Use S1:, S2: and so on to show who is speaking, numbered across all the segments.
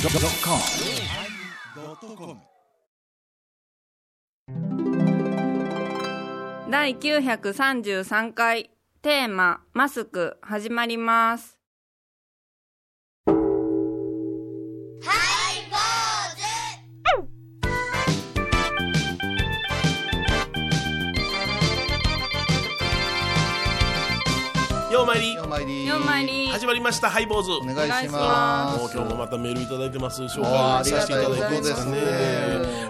S1: yosmir
S2: 第933回テーマ「マスク」始まります
S3: ようまいり
S4: ようまいり
S2: 4枚り
S3: 始まりましたハイボーズ
S4: お願いし
S2: ま
S3: も
S4: ま
S3: う
S4: す
S3: 今日もまたメールいただいてます紹
S4: あーあ
S3: 介
S4: り
S3: さ
S4: が
S3: せてい
S4: たい
S3: た
S4: こ
S3: だいてま
S4: とですす
S3: ね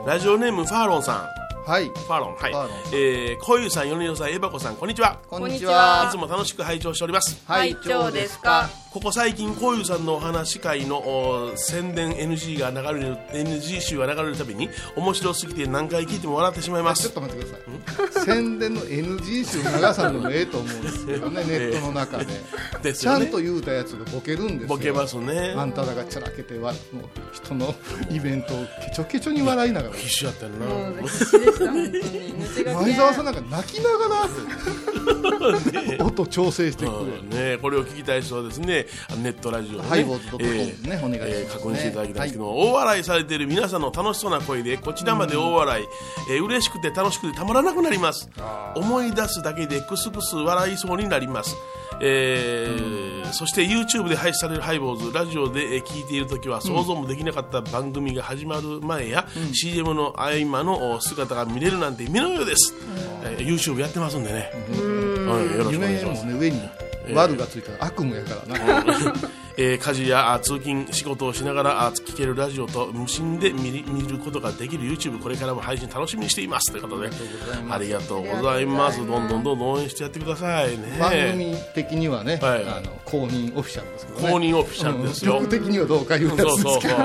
S4: ね
S3: ラジオネームファーロンさ
S4: はい
S3: んファーロンはい
S4: ファーロン
S3: えー、こういうさん米代さんエバコさんこんにちは
S4: こ
S2: ん
S4: ん
S2: に
S4: に
S2: ち
S4: ち
S2: は
S3: い
S4: は
S3: つも楽しく拝聴しております
S2: はい長ですか
S3: ここ最近こういうさんのお話会のおー宣伝 NG が流れる NG 集が流れるたびに面白すぎて何回聞いても笑ってしまいま
S4: ちょ
S3: す
S4: っと待ってください宣伝の NG 集長さんでもええと思うんですけ どねネットの中で
S3: です
S4: ちゃ
S3: よ
S4: ん
S3: ね
S4: と言うたやつがボケるんですよ
S3: ボケますね
S4: あんたらがちゃらけてわもう人 のイベントをケチョケチョに笑いなが
S3: 必死やったよな、
S2: 必死でした本当に抜け
S4: ら
S2: 駆け
S4: 前澤さんなんか泣きな がら音調整してくれ
S3: うんね、 これを聞きたい人はですねネットラジオでね
S4: ハイボーズドットコム
S3: え
S4: ねお願いし
S3: え
S4: ますね
S3: ー確認していただきたいんですけど、大笑いされている皆さんの楽しそうな声でこちらまで大笑い、えー嬉しくて楽しくてたまらなくなります思い出すだけでクスクス笑いそうになりますえーそして YouTube で配信されるハイボーズラジオでえー聞いている時は想像もできなかった番組が始まる前や、CM の合間のお姿が見れるなんて夢のようです、えー YouTube やってますんでね、はいよろしくお願い
S4: 夢
S3: します
S4: もね上に悪がついたら悪夢やからな
S3: えー家事やあ通勤仕事をしながらあ聞けるラジオと無心で見り見ることができる YouTube これからも配信楽しみにしていますということでありがとうございますどんどんどんどん応援してやってくださいね
S4: 番組的にはね、
S3: はい
S4: あの公認オフィシャルですけどね
S3: 公認オフィシャルですよ、
S4: うん僕的にはどうかいうやつ
S3: そう
S4: で
S3: そう
S4: すけ
S3: そ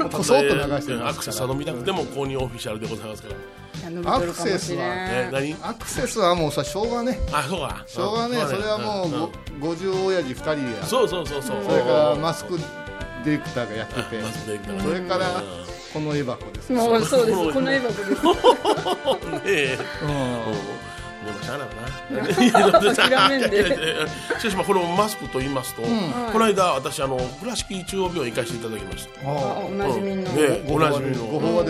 S4: ど
S3: う
S4: こそっと流して
S3: アク
S4: ま
S3: セ
S4: すか
S3: ス
S4: ら
S3: 頼みたくても公認オフィシャルでございますから、
S2: 伸びとるかもしれ
S3: ね、
S2: ん
S3: 何
S4: アクセスはもうさ昭和ね
S3: あそうか
S4: 昭和ね
S3: うん
S4: それはも
S3: ん
S4: うご50親父2人でやるそ
S3: そうそうそうそう
S4: れからマスクディレクターがやって
S3: マスクディレクター
S4: て
S3: がね
S4: それからこのエバコです
S2: もうそうです
S3: そう
S2: この絵箱です
S3: ねえ
S4: うん
S3: でもしゃあないかな。
S2: 諦めんで
S3: いやいやいや しかしまあこれもマスクと言いますと、この間私あの倉敷中央病院行かせていただきました。
S4: あ
S2: おなじみの
S3: うんね
S4: あ
S3: お
S4: ご
S3: な
S4: 法
S3: じ
S4: 話
S3: み
S4: でご
S3: の。
S4: 法話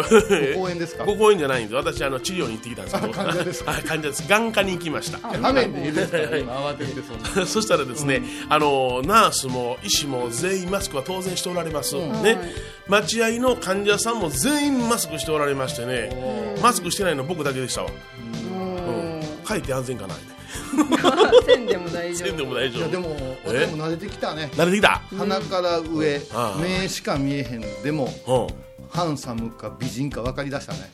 S4: でですかご講演です か
S3: ご講演じゃないんです。私あの治療に行ってきたんですけど。
S4: あ患者ですか
S3: はい患者です。眼科に行きました。
S4: 画面で言えるんですか今慌ててそん な
S3: そしたらですね、あのナースも医師も全員マスクは当然しておられます、ね、待合の患者さんも全員マスクしておられましてねマスクしてないの僕だけでしたわ、うん、書いて安全かなって
S2: 線でも大丈
S3: せんで
S2: 夫
S3: も大
S4: い
S3: 丈
S4: や
S3: 夫
S4: でも
S3: え
S4: でも慣れてきたね
S3: 慣れてきた、
S4: 鼻から上
S3: ああ
S4: 目しか見えへんでも
S3: うん
S4: ハンサムか美人か分かりだしたね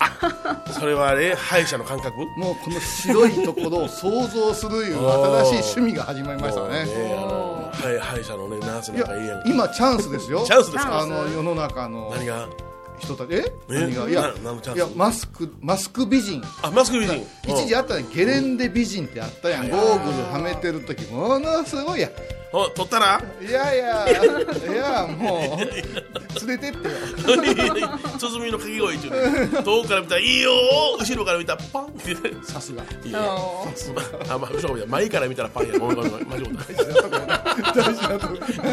S3: それはあれ歯医者の感覚
S4: もうこの白いところを想像するいう新しい趣味が始まりましたね。
S3: あの歯歯医者のねナース
S4: い
S3: なん
S4: や
S3: かいいやんか
S4: 今チャンスですよ。
S3: チャンスですか
S4: あの世の中の
S3: 何が
S4: 人たちえ
S3: え
S4: 何がいや
S3: な何のチャンス
S4: いやマスクマスク美人。
S3: あマスク美人
S4: 一時あったねゲレンデ美人ってあったやん。ゴーグルはめてる時ものすごいや。
S3: うんお取ったら
S4: いやいやいやもう連れてってよ。
S3: 鼓の掛け声っていうね遠くから見たら「いいよー」後ろから見たら「パン」ってね
S4: さすが。
S3: いいねあまあ後ろから見たら前から見たらパンやごめんごめんごめん間違った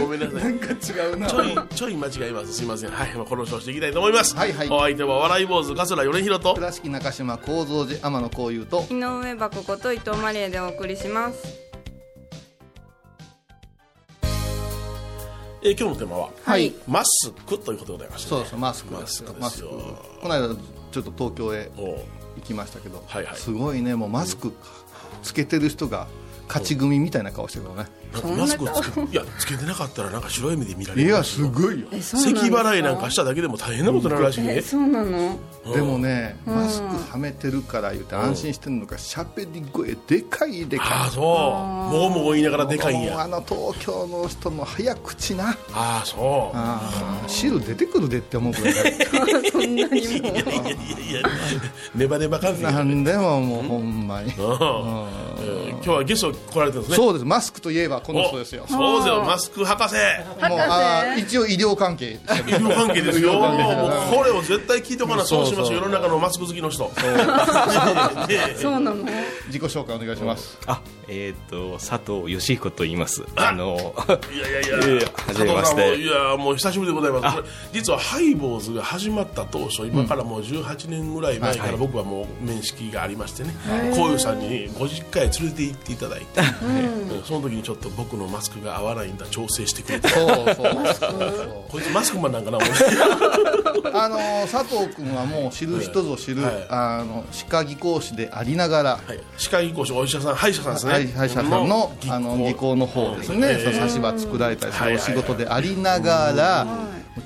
S3: ごめんなさい
S4: 違うな。
S3: ちょいちょい間違えますすいませんはいまあこの調子でいきたいと思います
S4: はいはい
S3: お相手は笑い坊主桂米広と
S4: 倉敷中島幸三寺天野幸雄と。
S2: 井上箱こと伊藤マリエでお送りします
S3: えー今日のテーマは
S4: はい
S3: 「マスク」ということでございました
S4: そうそうマスクですよ
S3: マスクですよ
S4: マクこの間ちょっと東京へ
S3: おう
S4: 行きましたけど、
S3: はいはい
S4: すごいねもうマスクつけてる人が勝ち組みたいな顔してるのね
S3: なんかマスクをつけいやつけてなかったらなんか白い目で見られ
S4: い
S3: る
S4: やすごいよ
S3: 咳払いなんかしただけでも大変なことになるらしいね、
S2: そうなの
S4: でもねマスクはめてるから言うて安心してるのかしゃべり声でかいで
S3: ああ
S4: か
S3: そうもうもう言いながら
S4: い
S3: でかいん
S4: もうあ
S3: や
S4: の東京の人の早口な
S3: ああそう
S4: あー汁出てくるでって思うくらい
S2: そんなにも
S3: いやいやいやいやネバネバ感じ
S4: な
S3: がね
S4: んでももうほんま
S3: う
S4: に
S3: んえー今日はゲスト来られてるんですね
S4: そうですマスクといえばこの人ですよも
S3: そうで
S4: う
S3: すよマスク 博士
S4: あー一応医療関係
S3: 医療関係ですよ
S4: 医療
S3: も
S4: 関係
S3: うこれを絶対聞いておかなそうしますよ世の中のマスク好きの人ねえ
S2: そうなの
S4: 自己紹介お願いします
S5: あ、え
S1: えっ、と佐藤義彦と言います。あの
S3: いやいやいや、
S1: いやいや初めま
S3: 佐藤さん
S1: して
S3: もいや、もう久しぶりでございます。これ実はハイボーズが始まった当初、今からもう18年ぐらい前から僕はもう面識がありましてね、こういうさんに50回連れて行っていただいて、うんその時にちょっと僕のマスクが合わないんだ、調整してくれて、
S4: そうそうそう
S3: こいつマスクマンなんかな、思って
S4: あの佐藤君はもう知る人ぞ知る、
S3: はい
S4: あの歯科技工士でありながら、
S3: はい、歯科技工士、お医者さん、歯医者さんですね。
S4: はい歯医者さんの
S3: 技工
S4: あの技工の方ですね、その差し歯作られたりす
S3: はい
S4: るお
S3: はい
S4: 仕事でありながら、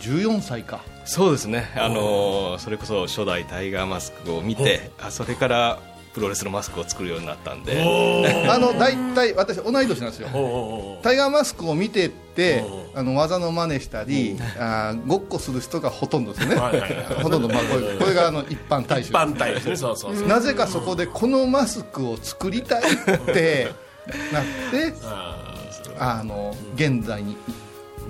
S4: 14歳か、
S1: そうですね。あのそれこそ初代タイガーマスクを見て、あそれからプロレスのマスクを作るようになったんで、
S4: あの大体私、同い年なんですよ、
S3: おうおうおう
S4: タイガーマスクを見てって、あの技の真似したり、あーごっこする人がほとんどですね、
S3: はいはいは
S4: ほとんど、まあ、これこれがあの一般大
S3: 一
S4: 衆です
S3: 般体ですね、そうそうそう。
S4: なぜかそこでこのマスクを作りたいってなって
S3: あー
S4: あの現在に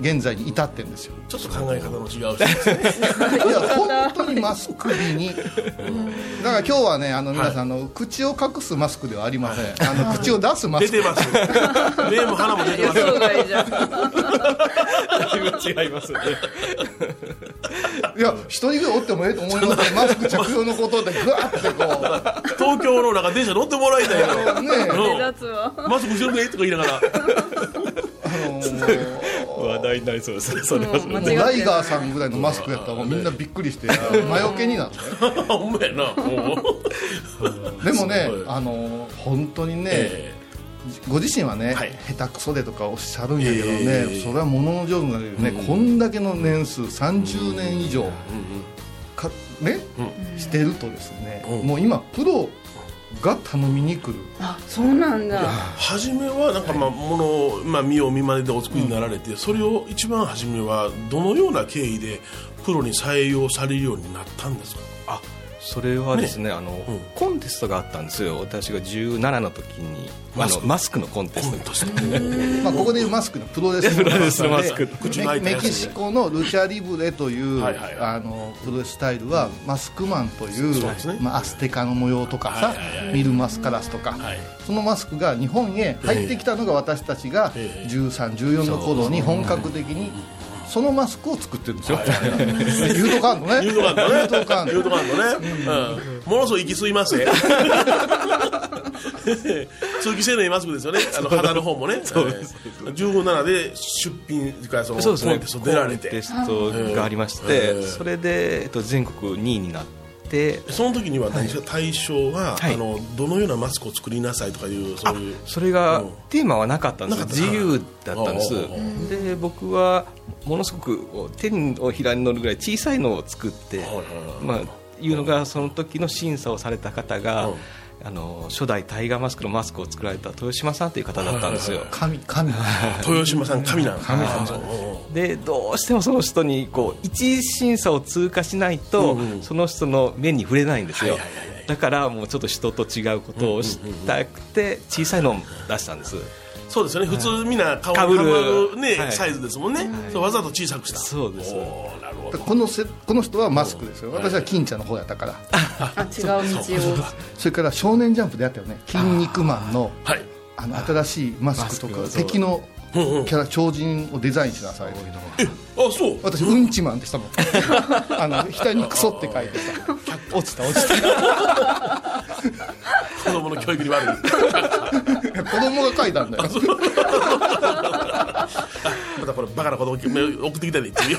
S4: 現在に至ってる んですよ
S3: ちょっと考え方の違う人です ね。
S4: いや本当にマスク美にだから今日はねあの皆さんあの口を隠すマスクではありません、あの口を出すマ
S3: 出
S4: スク
S3: てます。目も鼻も出て
S2: 予
S3: ます。
S2: 想外じゃん。
S1: だいぶ違いますね。
S4: いや一人ぐらいおってもええと思 いますよマスク着用のことでぐわってこ
S3: 東京の中電車乗ってもらいたいやろ
S4: うね
S2: 目立つわ。
S3: マスクしてるねとか言いながら
S4: あのー
S1: 話題になりそうですね。それはそれ
S2: うん間違って
S1: で
S4: ライガーさんぐらいのマスクやったらもうみんなびっくりして魔除けになって
S3: ほんまやなもう
S4: でもね
S3: すごい
S4: あのー本当にね、
S3: え
S4: ご自身はね、
S3: はい
S4: 下手くそでとかおっしゃるんやけどね、
S3: ええ
S4: それは物の上手になるよね、こんだけの年数30年以上か、ねしてるとですね、
S3: うん
S4: もう今プロが頼みに来る、
S2: あ、そうなんだ。
S3: 初めはなんかまあものをまあ見よう見まねでお作りになられてそれを一番初めはどのような経緯でプロに採用されるようになったんですか
S1: あそれはですねあの、
S3: うん
S1: コンテストがあったんですよ私が17の時に
S3: マス
S1: マス
S3: ク
S1: のマスクのコンテ
S3: コ
S1: スト
S3: ン
S1: が
S3: トして
S4: まあ、ここでいうマスクのプロレスの
S1: プロレスのマスク
S3: 口の開
S4: メ
S3: いたや
S4: メ
S3: つ
S4: キシコのルチャリブレという、
S3: はいはいはい
S4: あのプロレススタイルはマスクマンという
S3: そうですね
S4: まあ、アステカの模様とかさ、
S3: はいはいはい
S4: ミルマスカラスとか、
S3: はい
S4: そのマスクが日本へ入ってきたのが私たちが
S3: ええ
S4: 1314の頃に本格的にそのマスクを作ってるんですよ、 言うとかんのね
S3: 言うとかんとね
S4: 言うとかん
S3: 言う
S4: と
S3: とかんとね、うんものすごい息吸います ね通気性のいいマスクですよねあの肌の方もね
S1: そうです
S3: はい157で出品というかその
S1: そうです
S3: コ
S1: ね
S3: ンテスト出られ
S1: コンテ
S3: て
S1: ストがありまして、
S3: うん
S1: それで、えっと、全国2位になって
S3: その時には何ですか、対象は、
S1: はい
S3: あのどのようなマスクを作りなさいとかいうそういう
S1: それが
S3: うん
S1: テーマはなかったんで
S3: な
S1: す
S3: かったな
S1: 自由だったんです
S3: おうおう
S1: で僕はものすごく手のひらに乗るぐらい小さいのを作って
S3: はいはいはい
S1: まあいうのがその時の審査をされた方が
S3: うん
S1: あの初代タイガーマスクのマスクを作られた豊島さんという方だったんですよ
S4: 神神
S3: 豊島さん神なんですね
S1: でどうしてもその人にこう一審査を通過しないと、
S3: うんうん
S1: その人の目に触れないんですよ、
S3: はいはいはいは
S1: だからもうちょっと人と違うことをしたくて小さいのを出したんです、
S3: そうですよね普通みんな顔に
S1: かぶる
S3: ぶる、ね
S1: はい
S3: サイズですもんね、そうわざと小さくした
S1: そうです
S3: おーなるほど
S4: このせこの人はマスクですよ私は金ちゃんの方やったから
S2: あ、違う道を。
S4: それから「少年ジャンプ」でやったよね「筋肉マン」の
S3: はい
S4: あの新しいマスクとか
S1: マスク
S4: 敵のキャラ超人をデザインしなさいと
S3: あそう
S4: 私うんちマンでしたもん あの額にクソって書いてさ落ちた落ちた
S3: 子供の教育に悪 い
S4: 子供が書いたんだよ
S3: またこれバカな子供送ってきたでって いう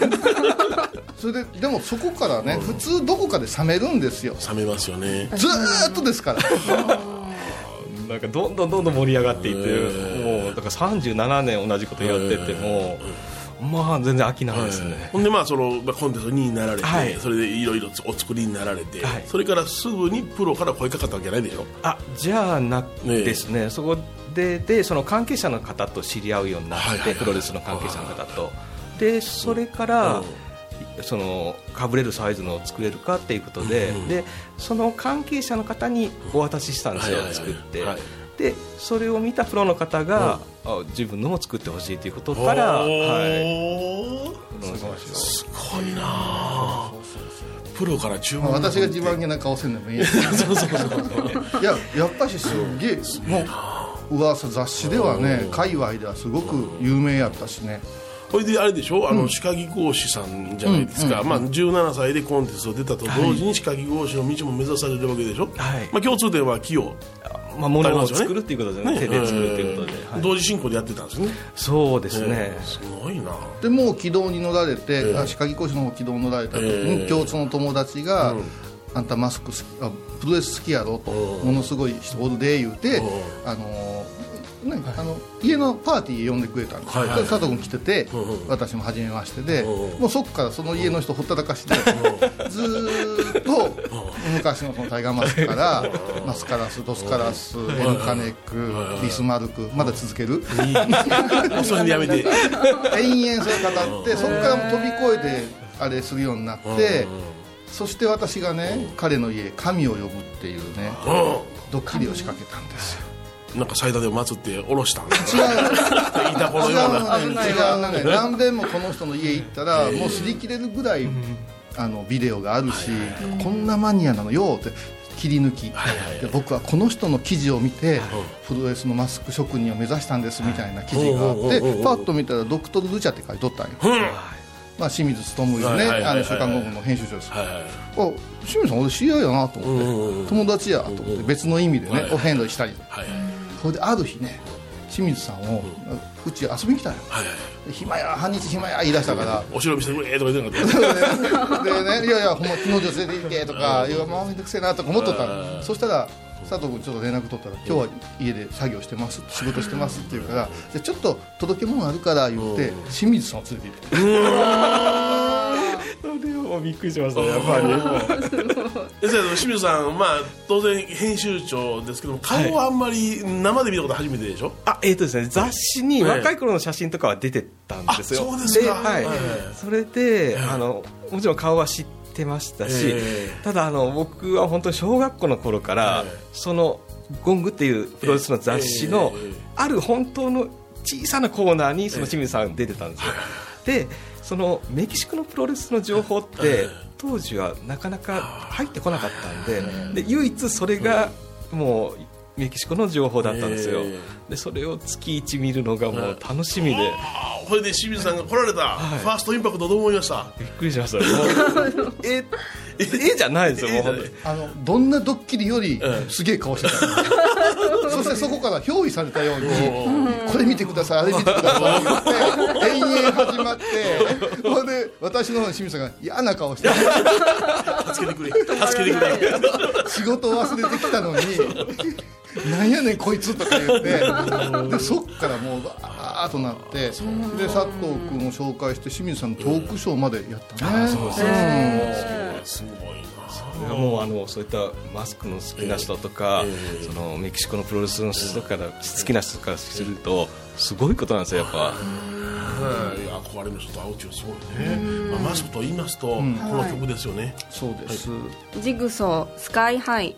S4: それででもそこからね普通どこかで冷めるんですよ
S3: 冷めますよね
S4: ずーっとですから
S1: なんかどんどんどんどん盛り上がっていってもうだから37年同じことやってても、まあ全然飽きないですね、
S3: ほんでまあそのまあコンテスト2位になられて、
S1: はい
S3: それでいろいろお作りになられて、
S1: はい
S3: それからすぐにプロから声かかったわけじゃないでしょ
S1: あじゃあなですね、そこででその関係者の方と知り合うようになって、
S3: はいはいはい
S1: プロレスの関係者の方と、でそれから、そのかぶれるサイズのを作れるかっていうことで,、でその関係者の方にお渡ししたんですよ、
S3: はいはいはい
S1: 作って、
S3: はい
S1: でそれを見たプロの方が、あ自分のも作ってほしいということか
S3: お
S1: ら、はい、
S3: ーすごいなあプロから注
S4: まあ
S3: 文
S4: 私 が自慢げな顔せんでもいいい
S3: そうそうそうそう
S4: ややっぱしすっげえもう噂雑誌ではね界隈ではすごく有名やったしね
S3: これであれでしょあの歯科技講師さんじゃないですか、まあ、17歳でコンテスト出たと同時に歯科技講師の道も目指されるわけでしょ、
S1: はい
S3: まあ、共通点は器用、
S1: まあ、ものを作るっていうことですね
S3: ね
S1: 手で作るっていうことで、はい
S3: 同時進行でやってたんですね
S1: そうですね、
S3: すごいな
S4: でもう軌道に乗られて、あ歯科技講師の方軌道に乗られた時に、
S3: ええ
S4: 共通の友達が、あんたマスク好きあプロレス好きやろとものすごい人おるで言うてあのーねあの家のパーティー呼んでくれたんですよ、
S3: はいはいはい
S4: で佐藤君来てて、私も初めましてで、もうそこからその家の人ほったらかして、ずーっと昔のそのタイガーマスクからマスカラス、ドスカラス、エルカネック、ビスマルク、まだ続ける、
S3: もうそれでやめて
S4: 延々それ語ってそこから飛び越えてあれするようになってそして私がね彼の家神を呼ぶっていうねドッキリを仕掛けたん ですよ
S3: なんか祭壇で祭って下ろしたんです
S4: 違う
S3: いたこの
S4: 違
S3: よう
S4: う
S3: な
S4: のね違うのね何遍もこの人の家行ったらもう擦り切れるぐらいあのビデオがあるしこんなマニアなのよって切り抜きで僕はこの人の記事を見てプロレスのマスク職人を目指したんですみたいな記事があってパッと見たら「ドクトル・ルチャ」って書いとったんよまあ、清水勉よね、
S3: はいはいはいはい
S4: あの週刊ゴムの編集長です、
S3: はいはい
S4: あ清水さん、俺、知り合いやなと思って、友達やと思って、別の意味でね、お遍路したり、
S3: はい
S4: それである日ね、清水さんを、うち遊びに来たよ、
S3: はいはい
S4: 暇や、半日暇や言い出したから。
S3: お城見せてくれとか言ってなかっ
S4: でね、いやいや、ほんま、昨日女性でいてとか、いや、まあ、めんどくせえなとか思っとったのそしたら、佐藤君、ちょっと連絡取ったら、今日は家で作業してます、仕事してますって言うから、じゃあちょっと届け物あるから言って、清水さんを連れて行って、
S1: それはびっくりしましたねやっぱり
S3: た先生清水さん、まあ、当然編集長ですけども顔はあんまり生で見たこと初めてでしょ、
S1: あえーとですね、雑誌に
S3: はい
S1: 若い頃の写真とかは出てたんですよ、
S3: あそうですか
S1: はい
S3: はい
S1: それであのもちろん顔は知ってましたし、
S3: え
S1: ただあの僕は本当に小学校の頃から、
S3: ええ
S1: その「ゴング」っていうプロレスの雑誌の、
S3: ええ
S1: ある本当の小さなコーナーにその清水さん出てたんですよ、でそのメキシコのプロレスの情報って、
S3: ええ
S1: 当時はなかなか入ってこなかったんで,、で唯一それがもうメキシコの情報だったんですよ、
S3: え
S1: でそれを月1見るのがもう楽しみで
S3: ああそれで清水さんが来られた、
S1: い
S3: ファーストインパクトどう思いました
S1: びっくりしまし たもうええじゃないですよもう本当に
S4: あのどんなドッキリより
S3: うん
S4: すげえ顔してた、そしてそこから憑依されたように、これ見てください、あれ見てくださいって言って、延々始まって、ほんで、私の方に清水さんが嫌な顔して、
S3: 助けてくれ助けてくれ
S4: 仕事忘れてきたのに。なんやねんこいつとか言ってでそっからもうバーっとなってで佐藤君を紹介して清水さんのトークショーまでやったね、
S3: すごいな
S1: もうあのそういったマスクの好きな人とか、そのメキシコのプロレスの人から、好きな人からするとすごいことなんですよやっぱ、
S3: はい憧れの人と会うっていうのはすごいね、まあ、マスクと言いますと、この曲ですよね、
S4: そうです、
S2: ジグソースカイハイ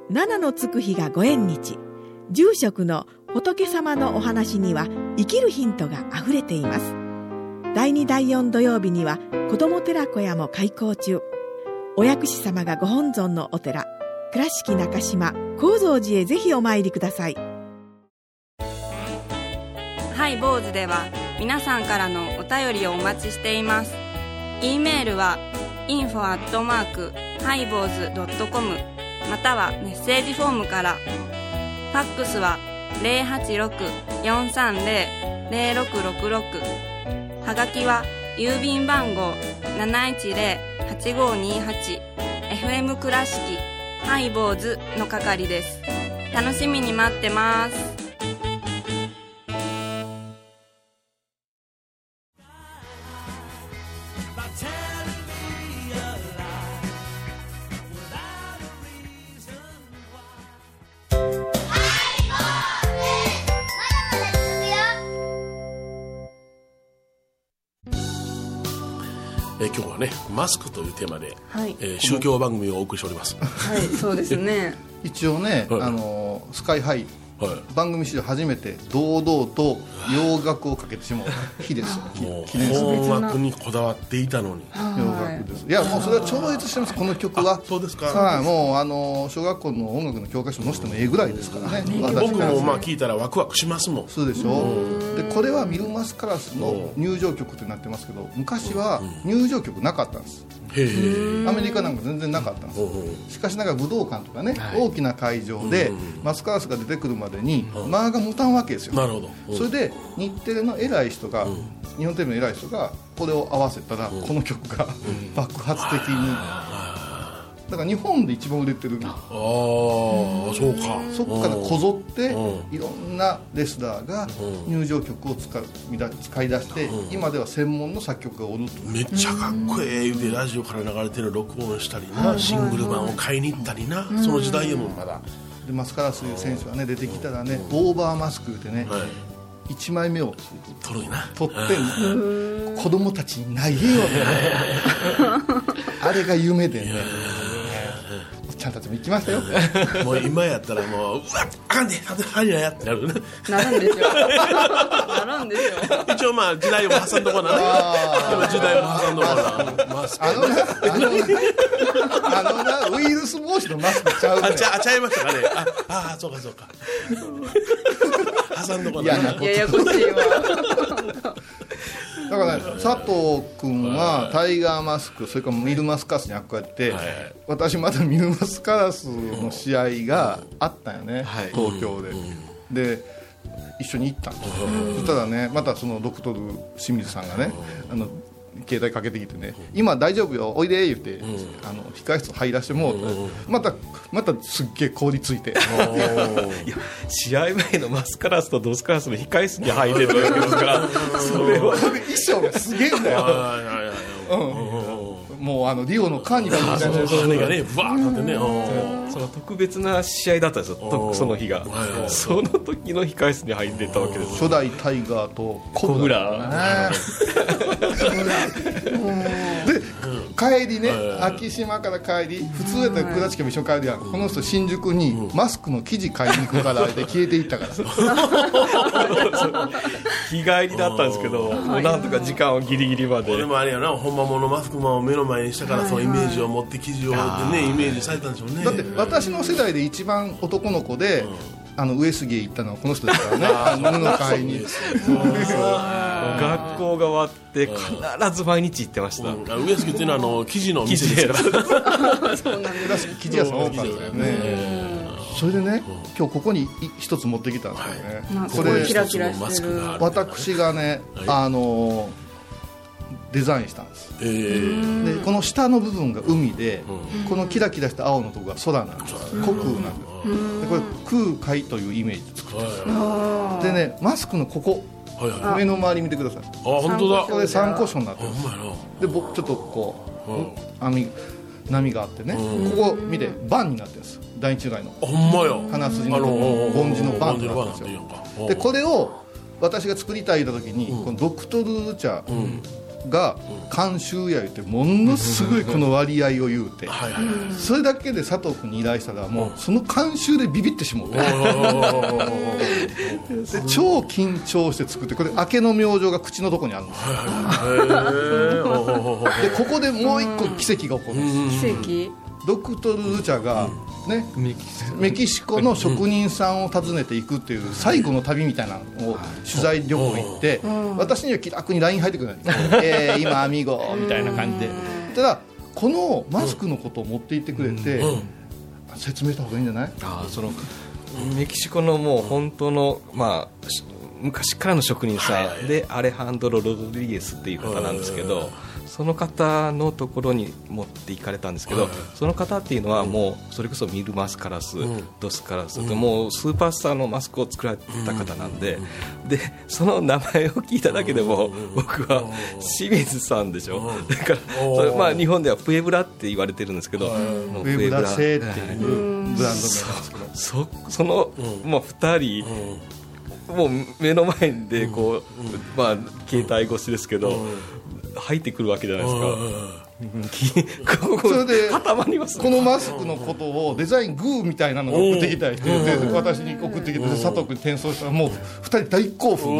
S6: 七のつく日がご縁日住職の仏様のお話には生きるヒントがあふれています第2第4土曜日には子ども寺小屋も開校中お薬師様がご本尊のお寺倉敷中島・高蔵寺へぜひお参りください
S2: ハイボーズでは皆さんからのお便りをお待ちしています。e メールは info アットマークハイボーズドットコムまたはメッセージフォームから。ファックスは086-430-0666はがきは郵便番号710-8528 FM 倉敷ハイボーズの係です。楽しみに待ってます。
S3: えー今日はねマスクというテーマで、
S2: はい
S3: えー宗教番組をお送りしております、は
S2: はいそうです ね
S4: 一応ね、
S3: はい
S4: あのスカイハイ
S3: い、
S4: 番組史上初めて堂々と洋楽をかけてしまう日ですよ記
S3: もう
S4: 記念すべき
S3: 邦楽にこだわっていたのに
S4: 洋楽ですいやもうそれは超越してますこの曲は
S3: そうですか
S4: はいもうあの小学校の音楽の教科書に載せてもええぐらいですからね私
S3: 僕
S4: から
S3: もまあ聞いたらワクワクしますもん
S4: そうでしょでこれはミルマスカラスの入場曲ってなってますけど昔は入場曲なかったんです
S3: へえ
S4: アメリカなんか全然なかったんですしかしながら武道館とかね、大きな会場でマスカラスが出てくるまでに間が持たんわけですよ
S3: なるほどうん
S4: それで日テレの偉い人が、日本テレビの偉い人がこれを合わせたら、この曲が 爆発的に、だから日本で一番売れてる
S3: ああそうか
S4: そこからこぞって
S3: う
S4: いろんなレスラーが入場曲を使うみだ使い出して今では専門の作曲家がおると
S3: めっちゃかっこええ言うてラジオから流れてる録音したりなシングル版を買いに行ったりなその時代やもんまだ
S4: でマスカラスいう選手がね出てきたらねオーバーマスクでね
S3: はい
S4: 1枚目を
S3: とるいな
S4: 取って子供たちに投げようってあれが夢でねおっちゃんたちも行きましたよ
S3: もう今やったらもううわっあかんであと入りなやってなるね
S2: なるんですよなるんですよ
S3: 一応まあ時代を挟んどこうなね今時代を挟んどこうなマスク
S4: あのなあのなあのなウイルス防止のマスクちゃうね
S3: あちゃあちゃいました かねああーそうかそうか挟んどこうな
S4: 嫌なこと
S2: ややこしいわ
S4: だからね佐藤君はタイガーマスクそれからミルマスカラスに憧れて
S3: はい
S4: 私まだミルマスカラスの試合があったんよね
S1: はい
S4: 東京でで一緒に行ったんですよそしたらねまたそのドクトル清水さんがねあの携帯かけてきてね今大丈夫よおいで言ってあの控室入らしてもうまたまたすっげえ凍りついて
S1: いや試合前のマスカラスとドスカラスの控室に入れるわけですからそれは
S4: で衣装がすげえんだよ
S3: はいはいはい
S4: もうあのリオのカーニバルみたいな
S3: 羽がねバーッとねうん
S1: その特別な試合だったんですよ
S3: おー
S1: とその日が
S3: はいはい
S1: その時の控室に入っていったわけです
S4: 初
S1: よ
S4: 代タイガーとコ
S1: コ
S4: ブ
S1: ブ
S4: ラ
S1: ラ
S4: で帰りね昭島から帰り普通やったら倉敷も一緒に帰るやんこの人新宿にマスクの生地買いに行くからで消えていったから
S1: 日帰りだったんですけどもうなんとか時間をギリギリまで
S3: 俺もあれやなほんまものマスクマンを目の前にしたからそのイメージを持って記事をってねイメージされたんでしょうね
S4: だって私の世代で一番男の子であの上杉へ行ったのはこの人ですからねあの布買いに
S1: 学校が終わって必ず毎日行ってました
S3: うんあ上杉っていうのはあの記事のお
S1: 記
S3: 店
S1: 事
S3: です
S1: 選
S3: か
S1: ぶ
S3: ら
S4: 倉敷生地屋さん多かったよねそれでね今日ここに一つ持ってきたんですよね
S2: まあす
S4: こ
S2: ごい
S4: れ
S2: キラキラしてる
S4: 私がねあのデザインしたんです
S3: えー
S4: でこの下の部分が海で、このキラキラした青のところが空なんです、虚空なんです、でこれ空海というイメージで作ってますでねマスクのここ
S3: はいはいあ
S4: 目の周り見てください
S3: 本当だ
S4: これ3箇所になって
S3: ほ
S4: る
S3: んまやな
S4: で僕ちょっとこう網波があってねここ見てバンになってるんです第一街の
S3: ほんまよ
S4: 鼻筋の
S3: あの
S4: 梵字のバ
S3: 梵
S4: ン
S3: 字のバンっていうやんか
S4: でこれを私が作りたい言った時に、このドクトル茶が監修や言ってものすごいこの割合を言うて、
S3: はいはいはい
S4: それだけで佐藤君に依頼したらもうその監修でビビってしもうてで超緊張して作ってこれ明けの明星が口のとこにあるんですよでここでもう一個奇跡が起こるんです
S2: 奇跡
S4: ドクトル・ルチャが、ね、メキシコの職人さんを訪ねていくっていう最後の旅みたいなのを取材旅行行って私には気楽に LINE 入ってくるんですよ「えー今アミゴ」みたいな感じでただこのマスクのことを持っていってくれて説明した方がいいんじゃない
S1: あーそのメキシコのもう本当の、まあ、し昔からの職人さんで、アレハンドロ・ロドリゲスっていう方なんですけど、その方のところに持って行かれたんですけど、その方っていうのはもうそれこそミルマスカラス、ドスカラス、もうスーパースターのマスクを作られた方なんで,、でその名前を聞いただけでも、僕は清水さんでしょ、だからそれ、まあ、日本ではプエブラって言われてるんですけど、も
S4: ウ
S1: う
S4: ェブラ製っていうブランド名なんですけど
S1: そその、まあ、2人、もう目の前でこう、まあ、携帯越しですけど、入ってくるわけじゃないですか
S3: うんうんうん
S1: うんきここ
S4: それで
S1: 固まりますね
S4: このマスクのことをデザイングーみたいなのを送ってきたりしてで私に送ってきてで佐藤君に転送したらもう2人大興奮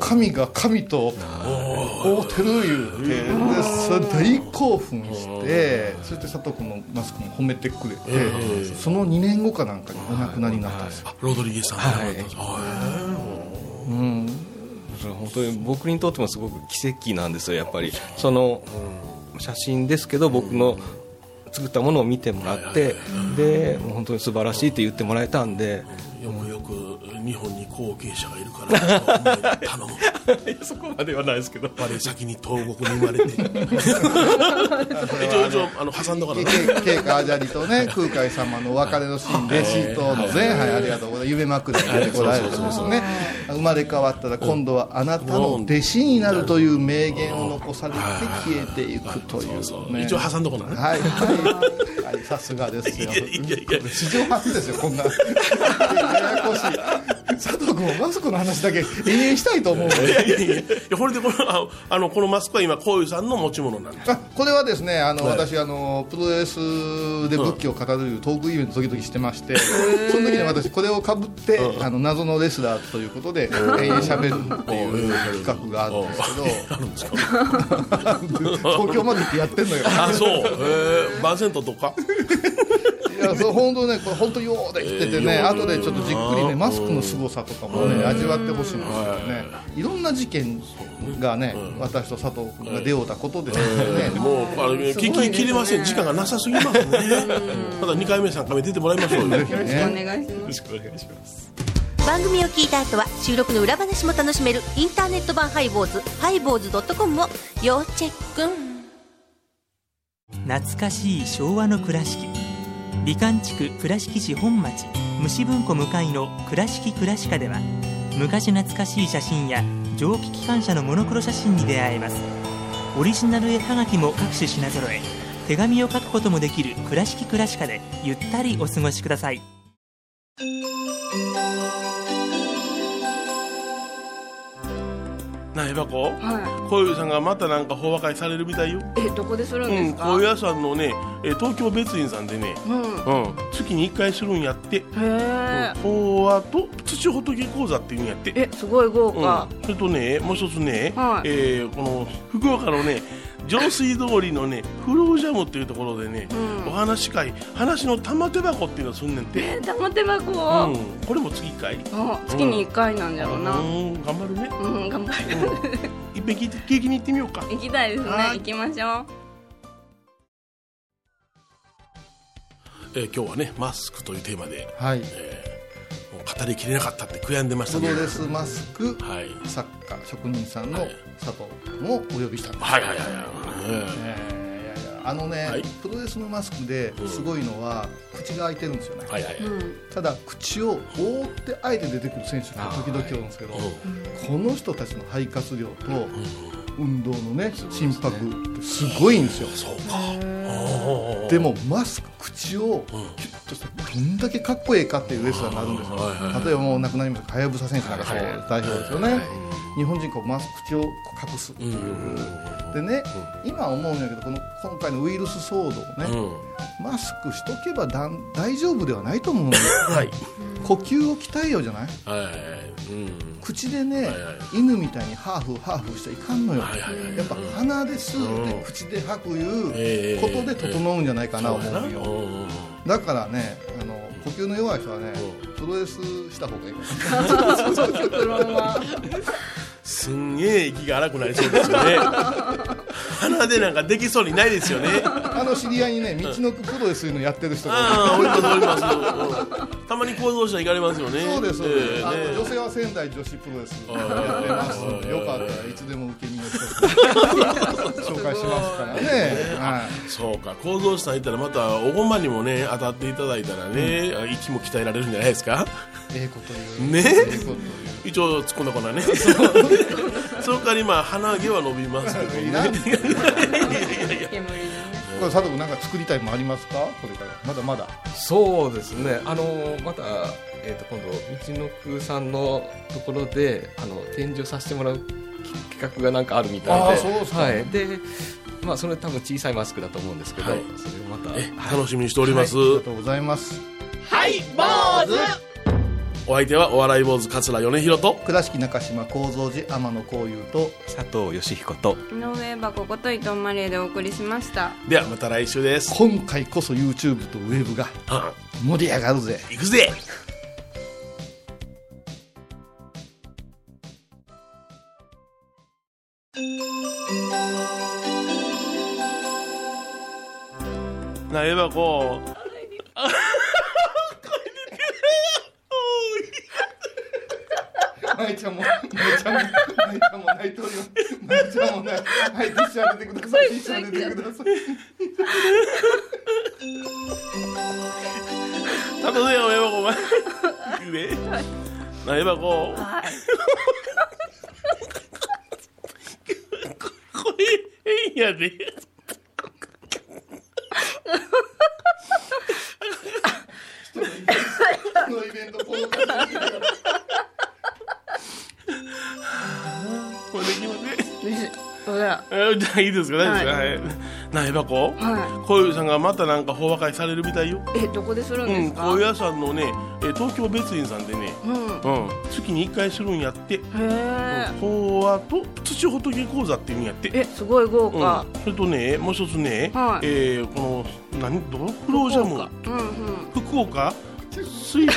S4: 神が神と会うてるいうてでそれ大興奮してそして佐藤君のマスクも褒めてくれてその2年後かなんかにお亡くなりになったんですよ、
S3: あロドリゲスさん
S1: はい
S3: は
S4: うん、
S1: それ本当に僕にとってもすごく奇跡なんですよやっぱりその、写真ですけど僕の作ったものを見てもらってでもう本当に素晴らしいって言ってもらえたんで
S3: いいやもうよく日本に後継者がいるからお前頼む
S1: そこまではないですけど
S3: 我先に東国に生まれて一応一応あの挟んだからね
S4: けけイカアジャリとね空海様のお別れのシーンレシートの前半ありがとうございます夢枕に出てこられるんですよね生まれ変わったら今度はあなたの弟子になるという名言を残されて消えていくというね
S3: 一応挟んだからね
S4: はい、はい、はい、さすがですよ
S3: いやいやいや
S4: 史上初ですよこんなややこしい佐藤君もマスクの話だけ延々したいと思うんで
S3: いやいやいやこれでこのああのこのマスクは今こういうさんの持ち物なんです
S4: あこれはですねあの、私あのプロレスで仏教を語るトークイベント時々してまして、その時に私これをかぶって、あの謎のレスラーということで永遠しゃべるっていう企画があるんですけど 東京まで行ってやってんの よ
S3: あそうえー、バーセントとか
S4: いやそう本当ねこれ本当ようできててね、
S3: えー
S4: 後でちょっとじっくりねマスクの凄さとかもね味わってほしいんですよねいろんな事件がね私と佐藤君が出会うたことでね、
S3: もうあの聞き切れません時間がなさすぎますねまだ2回目3回目出てもらいましょうよ
S2: ろしくお願いします。
S7: 番組を聞いた後は収録の裏話も楽しめるインターネット版ハイボーズハイボーズドットコムを要チェック
S8: 懐かしい昭和の倉敷美観地区倉敷市本町虫文庫向かいの「倉敷倉歯科」では昔懐かしい写真や蒸気機関車のモノクロ写真に出会えますオリジナル絵はがきも各種品揃え手紙を書くこともできる「倉敷倉歯科」でゆったりお過ごしください
S3: なえばこ
S2: は
S3: こういうさんがまたなんか法和会されるみたいよ
S2: い。えどこでするん
S3: う
S2: で
S3: ん、
S2: すか。
S3: 高野さんのね、えー東京別院さんでね、
S2: うん。
S3: うん、月に1回するんやって
S2: へ
S3: 法話と土仏講座っていうんやって
S2: え。えすごい豪華。
S3: うん、それとねもう一つね、
S2: はい
S3: えーこの福岡のね上水通りのね フロージャムっていうところでね、
S2: うん
S3: お話し会話の玉手箱っていうのすんねんて、
S2: え玉手箱
S3: う
S2: を
S3: ん、これも月1回う
S2: うん月に一回なんだろうな。
S3: ん頑張るね
S2: うん頑張る。
S3: いっぺん聞いて聞きに行ってみようか
S2: 行きたいですね。
S3: はい
S2: 行きましょう。
S3: えー今日はねマスクというテーマで
S4: はい
S3: もう語りきれなかったって悔やんでました
S4: プ
S3: ね
S4: ロレスマスク
S3: はい
S4: 作家職人さん
S3: は
S4: の
S3: い
S4: 佐藤君をお呼びしたんです、
S3: はいはいはいはい、
S4: えーいやいやあのね、
S3: はい
S4: プロレスのマスクですごいのは口が開いてるんですよね、
S3: はいはいはい、
S4: ただ口を覆ってあえて出てくる選手が時々いるんですけど、この人たちの肺活量と運動のね心拍ってすごいんですよ
S3: そうか
S4: でもマスク口をキュッとしてどんだけかっこええかっていうウエスラーになるんですよ、例えばもう亡くなりましたはやぶさ選手なんかそう代表ですよね、日本人こうマスク口を隠すっていう、でね、今思うんやけどこの今回のウイルス騒動ね、マスクしとけばだん大丈夫ではないと思うんだ よ、呼吸を鍛えようじゃない
S3: はいはいはい
S4: 口でね、
S3: はい
S4: 犬みたいにハーフハーフしちゃいかんのよ、
S3: はいはいはい
S4: やっぱ鼻で吸うて、
S3: うん
S4: 口で吐く
S3: え
S4: い
S3: え
S4: うことで整うんじゃないかな思う
S3: うん
S4: よ、
S3: うん
S4: だからねあの呼吸の弱い人はねプロレスした方がいい
S3: すんげえ息が荒くなりそうですよ ね鼻でなんかできそうにないですよね
S4: あの知り合いにね道のくプロレスいうのやってる人が
S3: ああおりますおりますうんたまに構造者行かれますよね
S4: そうですそうです、
S3: ええ
S4: あ
S3: ね
S4: の女性は仙台女子プロレスやってますんでよかったらいつでも受け身の 人紹介しますからねはい
S3: そうか構造者さんいたらまたおごまにもね当たっていただいたらね、あ息も鍛えられるんじゃないですか
S4: ええこと言う
S3: ね
S4: ええこと言う
S3: 一応突っ込んだからねその代わり今鼻毛は伸びますけどね
S4: いらん
S3: いやいやいや
S2: 煙のね。
S4: これ佐藤君なんか作りたいもんありますかこれからまだまだ
S1: そうですねあのまた、えー、と今度道のくさんのところであの展示をさせてもらう企画がなんかあるみたいで
S3: あーそうですか
S1: はい、でまあそれ多分小さいマスクだと思うんですけど、
S3: はい
S1: それをまた
S3: え楽しみにしております、
S4: はいありがとうございます
S3: お相手はお笑い坊主桂米広と
S4: 倉敷中島幸三寺天野幸雄と
S1: 佐藤義彦と
S2: 井上箱こと伊藤マリエでお送りしました
S3: ではまた来週です
S4: 今回こそ YouTube とウェブが
S3: あ
S4: 盛り上がるぜ
S3: 行くぜなえばこう
S4: 舞ちゃんも舞ちゃんも舞ちゃんも泣 いております舞ちゃんも泣いはいティッシュあげてくださいティッシュあげてください
S3: たとえばこお前行くぜなえばこうこれ変やで
S4: このイベントこの感じで
S3: これできません
S2: そうだ
S3: えじゃあいいですか大丈夫ですか、はい、なえばこ
S2: は
S3: こういうさんがまたなんか法和会されるみたいよ
S2: えどこでするん
S3: う
S2: で
S3: ん
S2: すか、
S3: 高野さんのねえー東京別院さんでね、
S2: うん
S3: うん、月に1回するんやって
S2: へ
S3: 法和と土仏講座っていうんやって
S2: ええすごい豪
S3: うん
S2: 華、、
S3: それとねもう一つね、
S2: はい
S3: えーこの何ドロクロジャム
S2: うん、うんうん
S3: 福岡 水道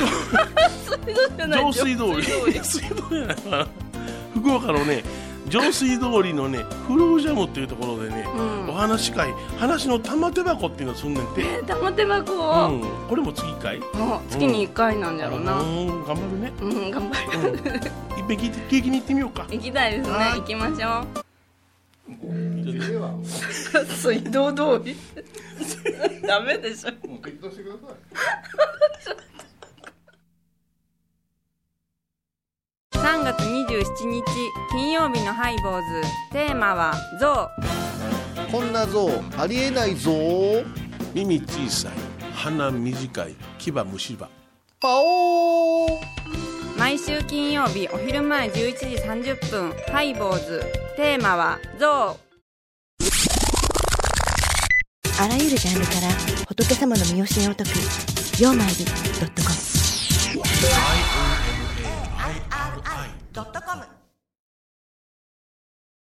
S3: 上水通り 水道じゃないかな福岡のね上水通りのねフロージャムっていうところでね、
S2: うん
S3: お話し会話の玉手箱っていうのすんねんて、
S2: え玉手箱
S3: う
S2: を、
S3: ん、これも月1回
S2: もう月に1回なんだろうな、
S3: う
S2: うん
S3: ん頑張るね、
S2: 頑張る
S3: うん、一匹景気に行ってみようか
S2: 行きたいですね行きましょ
S4: ではもう
S2: う水道通 りダメでしょ
S4: もう適当してください
S2: 3月27日金曜日のハイボーズテーマは「象
S4: こんな像ありえない像
S3: 耳小さい鼻短い牙虫歯
S4: パオー」
S2: 毎週金曜日お昼前11時30分ハイボーズテーマは「象
S7: あらゆるジャンルから仏様の身教えを解く「曜マイルドットコム」